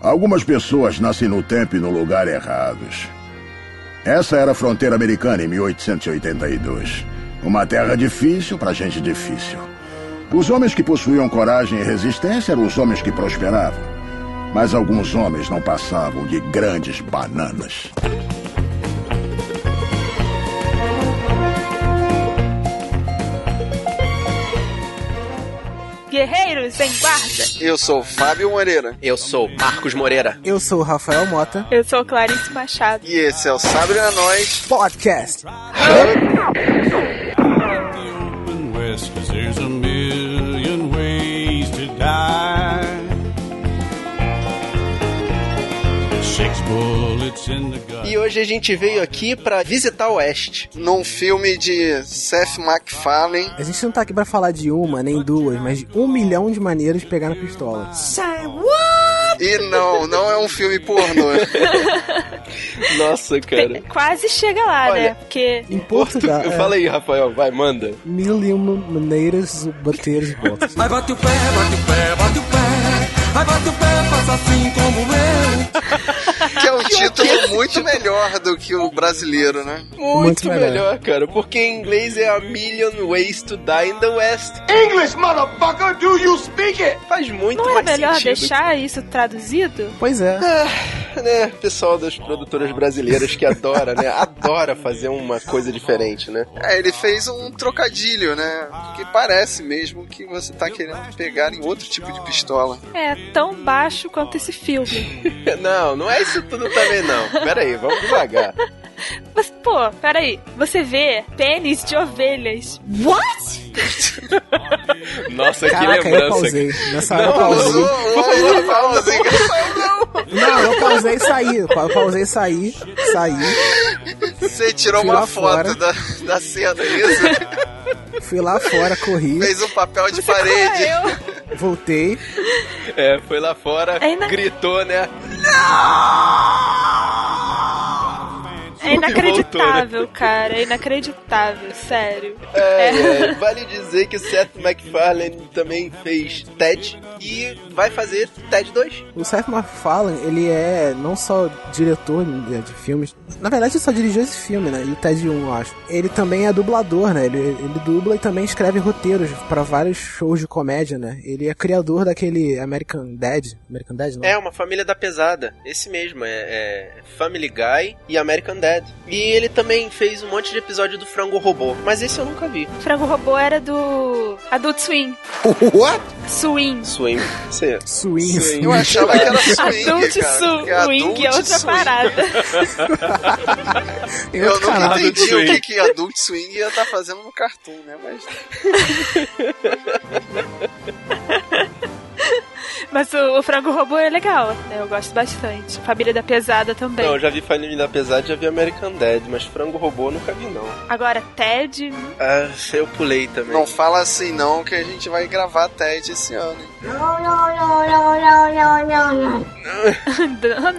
Algumas pessoas nascem no tempo e no lugar errados. Essa era a fronteira americana em 1882. Uma terra difícil para gente difícil. Os homens que possuíam coragem e resistência eram os homens que prosperavam. Mas alguns homens não passavam de grandes bananas. Guerreiros sem guarda. Eu sou o Fábio Moreira. Eu sou Marcos Moreira. Eu sou o Rafael Mota. Eu sou Clarice Machado. E esse é o Sabrina Nós. Podcast. Cause there's a million ways to die. Six bullets in the gut. E hoje a gente veio aqui pra visitar o Oeste. Num filme de Seth MacFarlane. A gente não tá aqui pra falar de uma, nem duas, mas de um milhão de maneiras de pegar na pistola. E não, não é um filme pornô. Nossa, cara. Quase chega lá, Olha. né? Porque Em Portugal, é, Fala aí, Rafael, vai, manda. mil e uma maneiras de bater as botas. Ai, bate o pé, bate o pé, bate o pé. Ai, bate o pé, faça assim como eu. que é um título muito melhor do que o brasileiro, né? Muito, Muito melhor. melhor. cara, porque em inglês é A Million Ways to Die in the West. English, motherfucker, do you speak it? Faz muito não é mais melhor sentido. deixar isso traduzido? Pois é. Né, pessoal das produtoras brasileiras que adora, né? Adora fazer uma coisa diferente, né? É, ele fez um trocadilho, né? Que parece mesmo que você tá querendo pegar em outro tipo de pistola. É tão baixo quanto esse filme. Não, não é isso tudo também, não. Pera aí, vamos devagar. Mas, pô, peraí. Você vê pênis de ovelhas. What? Nossa, Caraca, eu pausei. Nessa hora eu Mas o- pausei. o Rafael Zinga, Não, eu pausei e saí. Eu pausei e saí. Saí. Você tirou Fui uma lá foto fora. da, da cena, é isso? Fui lá fora, corri, Fez um papel de Você é, parede. correu. voltei. É, foi lá fora, É ina- gritou, né? É inacreditável, cara. É inacreditável, sério. É, é, vale dizer que o Seth MacFarlane também fez TED e vai fazer TED 2. O Seth MacFarlane, ele é não só diretor né, de filmes, na verdade ele só dirigiu esse filme, né? E o TED 1, eu acho. Ele também é dublador, né? Ele, ele dubla e também escreve roteiros pra vários shows de comédia, né? Ele é criador daquele American Dad. American Dad, não? É, uma família da pesada. Esse mesmo, é, é Family Guy e American Dad. E ele também fez um monte de episódio do Frango Robô, mas esse eu nunca vi. Frango Robô era do Adult Swim. Swim. Swim. Sim. Swing. Eu achava que era Adult swing, cara. porque Swing é adult outra swing. parada. Tem Eu outro canal. nunca Adult entendi o que, swing. que Adult Swing ia estar fazendo no cartoon, né? Mas Mas o, o Frango Robô é legal, né? Eu gosto bastante. Família da Pesada também. Não, eu já vi Família da Pesada, já vi American Dad, mas Frango Robô eu nunca vi, não. Agora, Ted. Ah, eu pulei também. não fala assim não que a gente vai gravar TED esse ano. hein? não,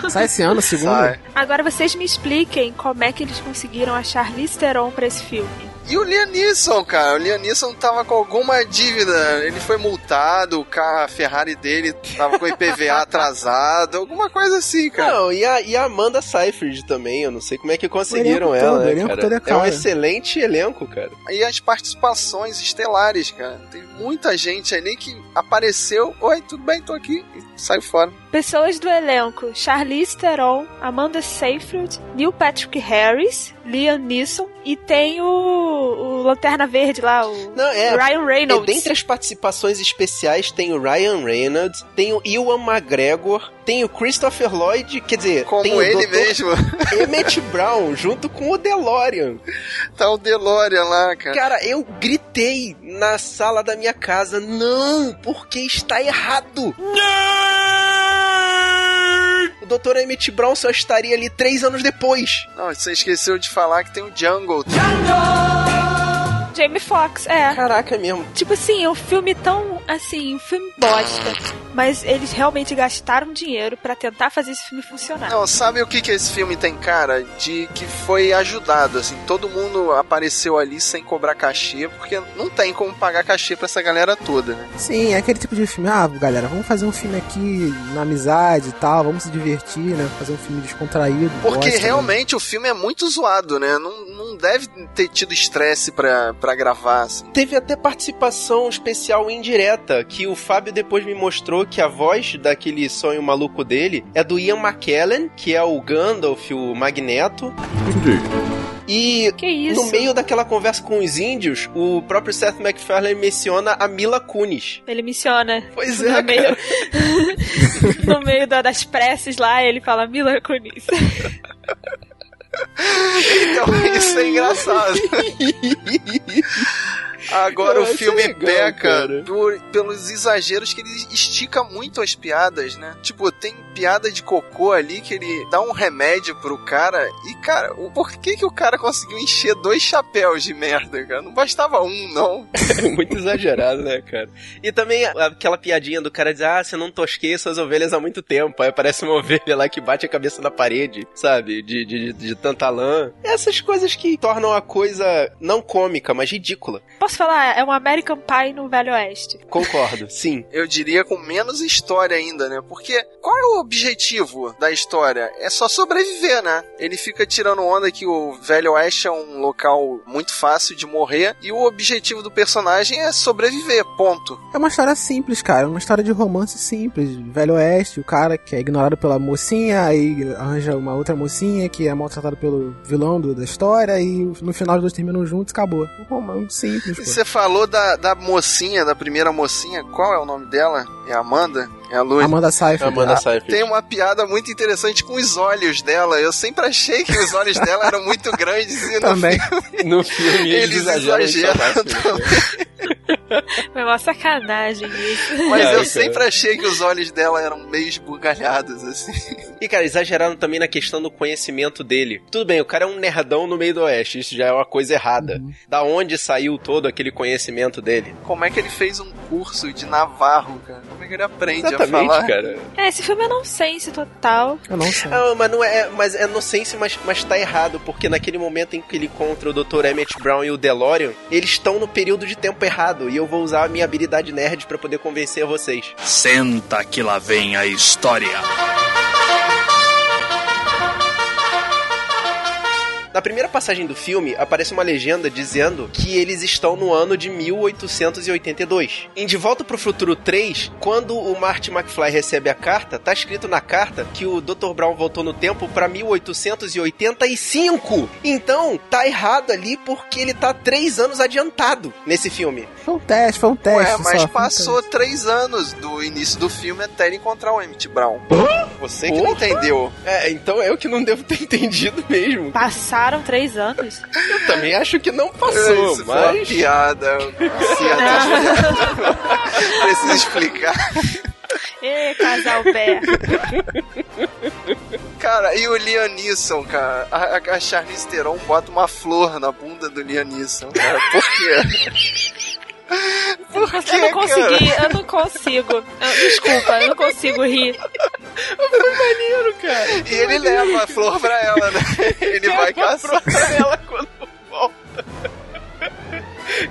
não. Sai esse ano, segundo? Sai. Agora vocês me expliquem como é que eles conseguiram a Charlize Theron pra esse filme. E o Lianisson, cara, o Lianisson tava com alguma dívida, ele foi multado, o carro, a Ferrari dele tava com o IPVA atrasado, alguma coisa assim, cara. Não, e a, e a Amanda Seyfried também, eu não sei como é que conseguiram O elenco ela, todo, o né, elenco cara? todo é é um cara. excelente elenco, cara. E as participações estelares, cara. Tem muita gente aí, nem que apareceu, oi, tudo bem, tô aqui, e saiu fora. Pessoas do elenco: Charlize Theron, Amanda Seyfried, Neil Patrick Harris, Liam Neeson e tem o, o Lanterna Verde lá, o Não, é. Ryan E Reynolds. dentre as participações especiais tem o Ryan Reynolds, tem o Ewan McGregor, tem o Christopher Lloyd, quer dizer, Como tem o ele Dr. mesmo, Emmett Brown junto com o DeLorean. tá o DeLorean lá, cara. Cara, eu gritei na sala da minha casa, não, porque está errado. O Dr. Emmett Brown só estaria ali três anos depois. Não, você esqueceu de falar que tem o Jungle tá? Jamie Foxx, é. Caraca mesmo. Tipo assim, é um filme tão assim, um filme bosta, mas eles realmente gastaram dinheiro pra tentar fazer esse filme funcionar. Não, sabe o que, que esse filme tem cara? De que foi ajudado, assim, todo mundo apareceu ali sem cobrar cachê, porque não tem como pagar cachê pra essa galera toda, né? Sim, é aquele tipo de filme. Ah, galera, vamos fazer um filme aqui na amizade e tal, vamos se divertir, né? Fazer um filme descontraído. Porque bosta, né? realmente o filme é muito zoado, né? Não, não deve ter tido estresse pra, pra gravar, assim. Teve até participação especial indireta, que o Fábio depois me mostrou que a voz daquele sonho maluco dele é do Ian McKellen, que é o Gandalf, o Magneto. E Que isso? no meio daquela conversa com os índios, o próprio Seth MacFarlane menciona a Mila Kunis. Ele menciona Pois no é, meio, cara. no meio da- das preces lá, ele fala Mila Kunis. Então isso é engraçado. Agora Eu o acho filme legal, cara. peca por- pelos exageros que ele estica muito as piadas, né? Tipo, tem piada de cocô ali que ele dá um remédio pro cara. E, cara, o, por que, que o cara conseguiu encher dois chapéus de merda, cara? Não bastava um, não. Muito exagerado, né, cara? E também aquela piadinha do cara dizer, ah, você não tosquei suas ovelhas há muito tempo. Aí aparece uma ovelha lá que bate a cabeça na parede, sabe? De, de, de, de tanta lã. Essas coisas que tornam a coisa não cômica, mas ridícula. Posso falar? É um American Pie no Velho Oeste. Concordo, sim. Eu diria com menos história ainda, né? Porque qual é o objetivo da história? É só sobreviver, né? Ele fica tirando onda que o Velho Oeste é um local muito fácil de morrer e o objetivo do personagem é sobreviver, ponto. É uma história simples, cara. É Uma história de romance simples. Velho Oeste, o cara que é ignorado pela mocinha, aí arranja uma outra mocinha que é maltratado pelo vilão do- da história, e no final os dois terminam juntos e acabou. Um romance simples, E pô. Você falou da, da mocinha, da primeira mocinha, qual é o nome dela? É Amanda? É a Luz? Amanda Seyfried. Amanda Ah, Seyfried. Tem uma piada muito interessante com os olhos dela. Eu sempre achei que os olhos dela eram muito grandes e no Também. No filme eles, Eles exageram. isso exageram ao máximo, né? cara. É uma sacanagem isso. Mas Ai, eu É, cara. sempre achei que os olhos dela eram meio esbugalhados, assim. E, cara, exageraram também na questão do conhecimento dele. Tudo bem, o cara é um nerdão no meio do oeste, isso já é uma coisa errada. Da onde saiu todo aquele conhecimento dele? Como é que ele fez um curso de navarro, cara? Como é que ele aprende a falar? Exatamente, cara. É, esse filme é nonsense total. Eu não sei. Ah, mas não é, mas é nonsense, mas, mas tá errado, porque naquele momento em que ele encontra o Dr. Emmett Brown e o DeLorean, eles estão no período de tempo errado, e eu vou usar a minha habilidade nerd pra poder convencer vocês. Senta que lá vem a história. Na primeira passagem do filme, aparece uma legenda dizendo que eles estão no ano de 1882. Em De Volta pro Futuro 3, quando o Marty McFly recebe a carta, tá escrito na carta que o Dr. Brown voltou no tempo pra 1885. Então, tá errado ali porque ele tá três anos adiantado nesse filme. Foi um teste, foi um teste. Ué, mas só. passou três anos do início do filme até ele encontrar o Emmett Brown. Você que não entendeu. É, então eu que não devo ter entendido mesmo. Passaram três anos. Eu também acho que não É Isso passou, foi uma mas... piada. Certo. Preciso explicar. Ê, casal pé. Cara, e o Liam Neeson, cara? A, a- a Charlize Theron bota uma flor na bunda do Liam Neeson, cara. Por quê? Eu não, cons- eu quê, não consegui, eu não consigo. Eu- desculpa, eu não consigo rir. E ele leva a flor pra ela, né? Ele é vai caçar. ela quando volta.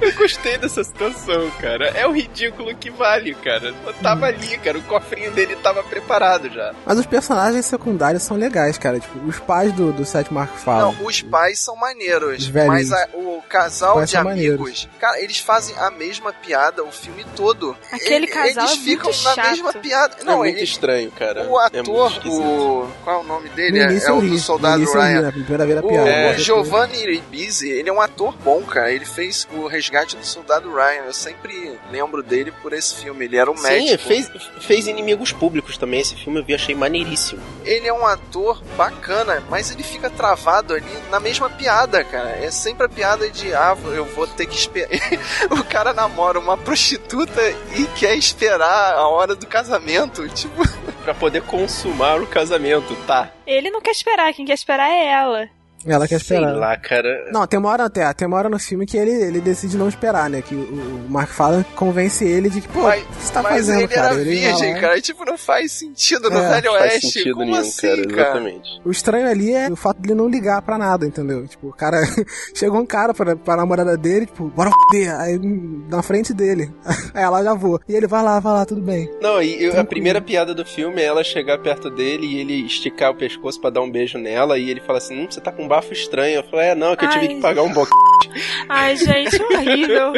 Eu gostei dessa situação, cara. É o ridículo que vale, cara. Eu Hum. tava ali, cara. O cofrinho dele tava preparado já. Mas os personagens secundários são legais, cara. Tipo, os pais do, do Seth Mark falam. Não, os pais são maneiros, Os velhinhos. mas a- o casal Pais de são amigos, cara, eles fazem a mesma piada o filme todo. Aquele Ele- casal eles é ficam muito na chato. mesma É piada. Não, ele- É estranho, cara. o ator, o qual é o nome dele? É, é o do soldado Ryan. primeira vez a O, piada. o É. mas depois- Giovanni Ribisi, ele é um ator bom, cara. Ele fez o resgate do soldado Ryan. Eu sempre lembro dele por esse filme. Ele era um Sim, médico. fez, fez inimigos públicos também. Esse filme eu vi, achei maneiríssimo. Ele é um ator bacana, mas ele fica travado ali na mesma piada, cara. É sempre a piada de, ah, eu vou ter que esperar. o cara namora uma prostituta e quer esperar a hora do casamento. Tipo, Pra poder consumar o casamento, tá? Ele não quer esperar, quem quer esperar é ela. Ela quer Sei esperar. lá, cara. Não, tem uma hora até, tem uma hora no filme que ele, ele decide não esperar, né? Que o, o Mark Fallon convence ele de que, pô, Mas- o que você tá Mas fazendo, ele cara? era vai lá. virgem, cara. E, tipo, não faz sentido no É, Velho Não faz Oeste. sentido Como nenhum, assim, cara. cara? Exatamente. O estranho ali é o fato dele não ligar pra nada, entendeu? Tipo, o cara. Chegou um cara pra, pra namorada dele, tipo, bora foder. Aí hum, na frente dele. Aí ela já voa. E ele vai lá, vai lá, tudo bem. Não, e eu- a Tranquilo. primeira piada do filme é ela chegar perto dele e ele esticar o pescoço pra dar um beijo nela e ele fala assim: hum, você tá com um bafo estranho. Eu falo, é, não, é que eu tive Ai. que pagar um bocado. Ai, gente, horrível.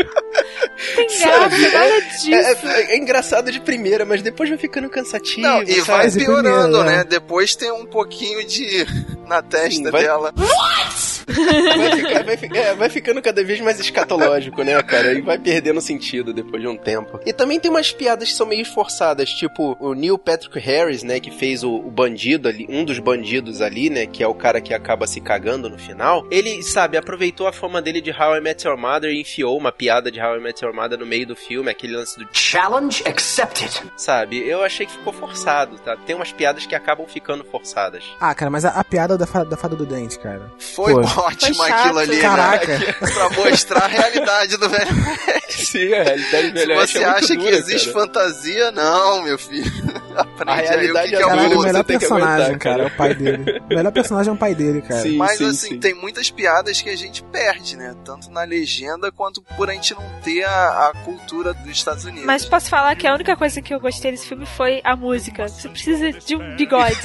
Tem graça, Sabe, nada disso. É, é- é engraçado de primeira, mas depois vai ficando cansativo. Não, e sabe? vai de piorando, primeira, né? né? Depois tem um pouquinho de. na testa Sim, vai- dela. Vai, ficar- vai fi- é, vai ficando cada vez mais escatológico, né, cara? E vai perdendo sentido depois de um tempo. E também tem umas piadas que são meio forçadas, tipo o Neil Patrick Harris, né, que fez o, o bandido ali, um dos bandidos ali, né, que é o cara que acaba se cagando no final. Ele, sabe, aproveitou a fama dele de How I Met Your Mother e enfiou uma piada de How I Met Your Mother no meio do filme, aquele lance do Challenge accepted. sabe? Eu achei que ficou forçado, tá? Tem umas piadas que acabam ficando forçadas. Ah, cara, mas a, a piada da, fa- da fada do dente, cara. Foi Pô. ótimo Foi chato. aquilo ali, né? Caraca. Pra mostrar a realidade do Velho Sim, é, a realidade Se você acha que existe fantasia, não, meu filho. Aprende A realidade aí o que que é é Caralho, dura, o mundo. melhor você tem que personagem, aguentar, cara, é o pai dele. O melhor personagem é o pai dele, cara. Sim, Mas sim, assim, sim. tem muitas piadas que a gente perde, né? Tanto na legenda quanto por a gente não ter a, a cultura dos Estados Unidos. Mas posso falar que a única coisa que eu gostei desse filme foi a música. Você precisa de um bigode.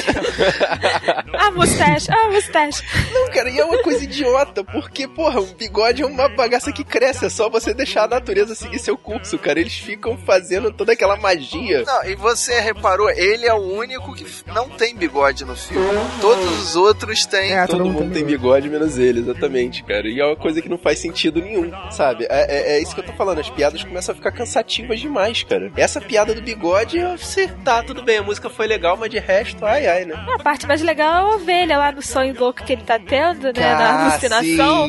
ah, mustache, ah, mustache. Não, cara, e é uma coisa idiota, porque, porra, um bigode é uma bagaça que cresce, é só você deixar a natureza seguir seu curso, cara. Eles ficam fazendo toda aquela magia. Não, e você reparou, ele é o único que não tem bigode no filme. Todos os outros têm. É, Ah, Todo mundo tem bigode, menos ele, exatamente, cara. E é uma coisa que não faz sentido nenhum, sabe? É, é- é isso que eu tô falando, as piadas começam a ficar cansativas demais, cara. Essa piada do bigode, você tá, tudo bem, a música foi legal, mas de resto, ai, ai, né? A parte mais legal é a ovelha lá no sonho louco que ele tá tendo, né? Ah, Ah, na alucinação.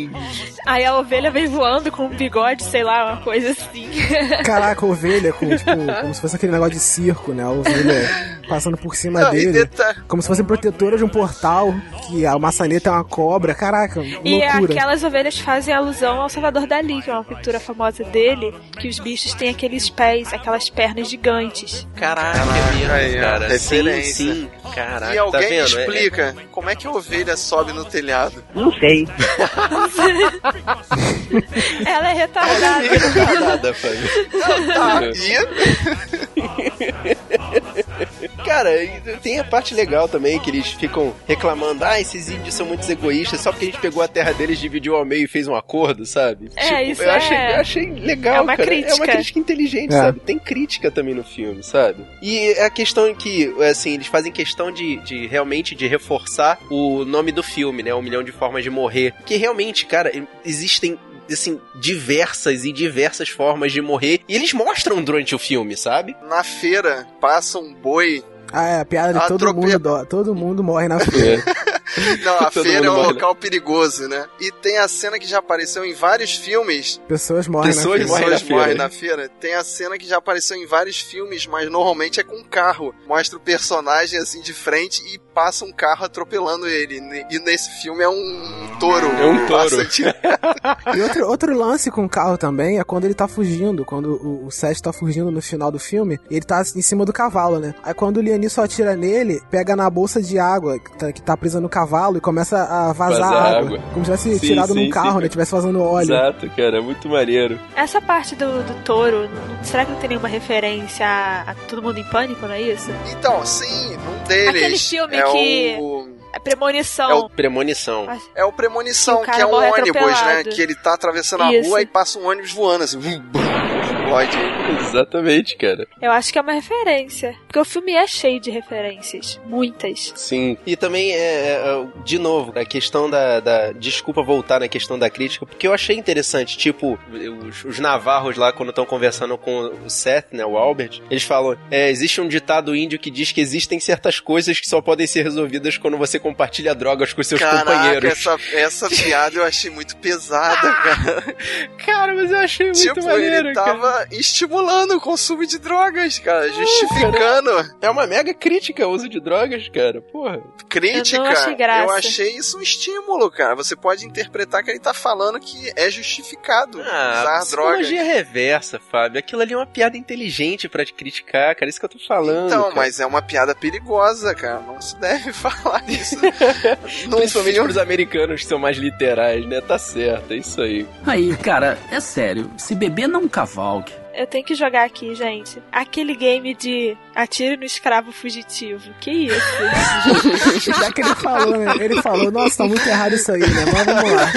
Aí a ovelha vem voando com um bigode, sei lá, uma coisa assim. Caraca, ovelha, com, tipo, como se fosse aquele negócio de circo, né? A ovelha passando por cima Não, e dele. deta- Como se fosse protetora de um portal, que a maçaneta é uma cobra. Caraca, E é loucura. aquelas ovelhas fazem alusão ao Salvador Dali, que é uma pintura famosa dele, que os bichos têm aqueles pés, aquelas pernas gigantes. Caraca, aí, ó, mesmo, cara. Sim, referência. sim. Caraca, E alguém tá vendo? É- explica como é que a ovelha sobe no telhado. Ela é retardada. Nada, Fábio. E Cara, e tem a parte legal também que eles ficam reclamando: ah, esses índios são muito egoístas, só porque a gente pegou a terra deles, dividiu ao meio e fez um acordo, sabe? Tipo, É, isso eu achei, é- eu achei legal. é uma cara. É uma crítica. crítica inteligente, É. sabe? Tem crítica também no filme, sabe? E a questão é que, assim, eles fazem questão de, de realmente de reforçar o nome do filme, né? Um milhão de formas de morrer. Que realmente, cara, existem assim, diversas e diversas formas de morrer. E eles mostram durante o filme, sabe? na feira passa um boi. Ah, é, a piada de todo Atropela. mundo, dó- todo mundo morre né? na feira. Não, a Todo feira mundo é um morre. local perigoso, né? E tem a cena que já apareceu em vários filmes. Pessoas morrem Pessoas na feira. morrem Pessoas na feira. né? morrem na feira. Tem a cena que já apareceu em vários filmes, mas normalmente é com um carro. Mostra o personagem assim de frente e passa um carro atropelando ele. E nesse filme é um touro. É um touro. Passa de- E outro, outro lance com o carro também é quando ele tá fugindo, quando o, o Seth tá fugindo no final do filme, ele tá em cima do cavalo, né? Aí quando o Leonis só atira nele, pega na bolsa de água que tá, que tá presa no cavalo e começa a vazar Vazar água. água. Como se tivesse Sim, tirado sim, num carro, sim. né? Tivesse vazando óleo. Exato, cara, é muito maneiro. Essa parte do, do touro, não- será que não tem nenhuma referência a, a Todo Mundo em Pânico, não é isso? Então, sim, um deles. Aquele filme é que- O... A É premonição. o Premonição. Ah, É o Premonição, Que o que, cara é um morre ônibus, atropelado. né? Que ele tá atravessando a Isso. rua e passa um ônibus voando, assim. vum, bum, Explode. Exatamente, cara. Eu acho que é uma referência. Porque o filme é cheio de referências. Muitas. Sim. E também, é, é, de novo, a questão da, da- Desculpa voltar na questão da crítica, porque eu achei interessante. Tipo, os, os navarros lá, quando estão conversando com o Seth, né, o Albert, eles falam: é, existe um ditado índio que diz que existem certas coisas que só podem ser resolvidas quando você compartilha drogas com seus Caraca, companheiros. essa, essa piada eu achei muito pesada, cara. Cara, mas eu achei tipo, ele tava estimulando o consumo de drogas, cara. Justificando mano, É uma mega crítica ao uso de drogas, cara. Porra. crítica. Eu não achei graça. eu achei isso um estímulo, cara. Você pode interpretar que ele tá falando que é justificado Ah, usar drogas. psicologia reversa, Fábio. Aquilo ali é uma piada inteligente pra te criticar, cara. Isso que eu tô tá falando. Então, cara. mas é uma piada perigosa, cara. Não se deve falar isso. Num Principalmente filme. pros americanos que são mais literais, né? Tá certo, é isso aí. Aí, cara, é sério, se beber não cavalgue. Eu tenho que jogar aqui, gente. Aquele game de atire no escravo fugitivo. Que isso? Já que ele falou, né? Ele falou, nossa, tá muito errado isso aí, né? Mas vamos lá.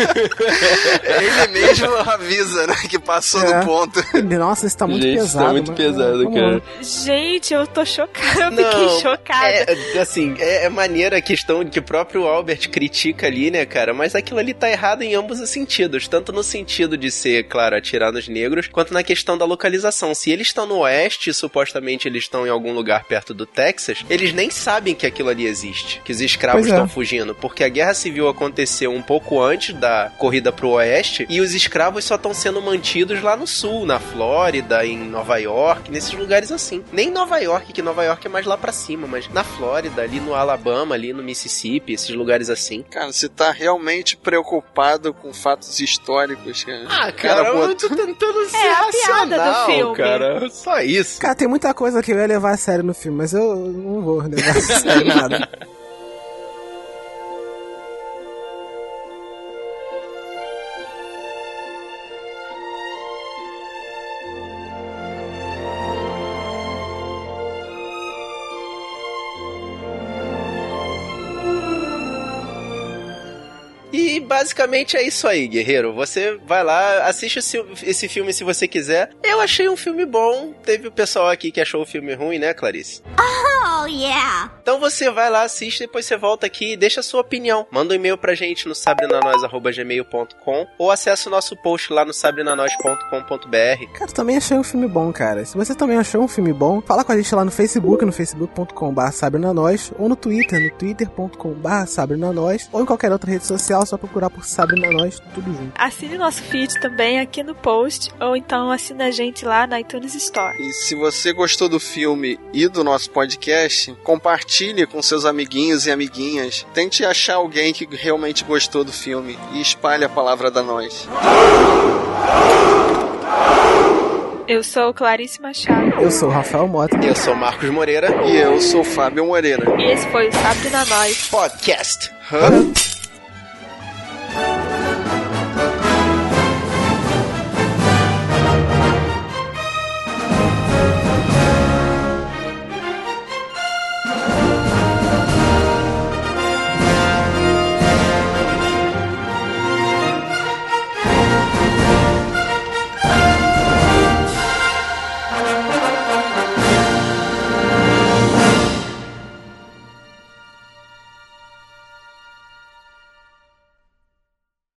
Ele mesmo avisa, né? Que passou É. do ponto. Nossa, isso tá muito Gente, pesado. tá muito mas- pesado, vamos lá. cara. Gente, eu tô chocada. Eu Não, fiquei chocada. É, assim, é, é maneira a questão que o próprio Albert critica ali, né, cara? Mas aquilo ali tá errado em ambos os sentidos. Tanto no sentido de ser, claro, atirar nos negros, quanto na questão da localização. Se eles estão no oeste, supostamente eles estão em algum lugar perto do Texas, eles nem sabem que aquilo ali existe. Que os escravos Pois é. estão fugindo. Porque a guerra civil aconteceu um pouco antes da corrida pro oeste e os escravos só estão sendo mantidos lá no sul, na Flórida, em Nova York, nesses lugares assim. Nem Nova York, que Nova York é mais lá pra cima, mas na Flórida, ali no Alabama, ali no Mississippi, esses lugares assim. Cara, você tá realmente preocupado com fatos históricos, cara. Ah, cara, eu tô tentando ser É a piada do racional, filme. cara. cara. Só isso. Cara, tem muita coisa que eu ia levar a sério no filme, mas eu não vou levar a sério nada. E basicamente é isso aí, guerreiro. Você vai lá, assiste esse, esse filme se você quiser. Eu achei um filme bom. Teve o pessoal aqui que achou o filme ruim, né, Clarice? Oh, yeah. Então você vai lá, assiste, depois você volta aqui e deixa a sua opinião. Manda um e-mail pra gente no sabrinanois.gmail.com ou acessa o nosso post lá no sabrinanois.com.br. Cara, eu também achei um filme bom, cara. Se você também achou um filme bom, fala com a gente lá no Facebook, no facebook.com.br sabrinanois, ou no Twitter, no twitter.com.br sabrinanois, ou em qualquer outra rede social, é só procurar por sabrinanois, tudo junto. Assine nosso feed também aqui no post, ou então assina a gente lá na iTunes Store. E se você gostou do filme e do nosso podcast, compartilhe com seus amiguinhos e amiguinhas. Tente achar alguém que realmente gostou do filme e espalhe a palavra da nós. Eu sou Clarice Machado Eu sou o Rafael Mota. Eu sou Marcos Moreira E eu sou Fábio Moreira. e esse foi o Sabre na Nós. podcast. Hã?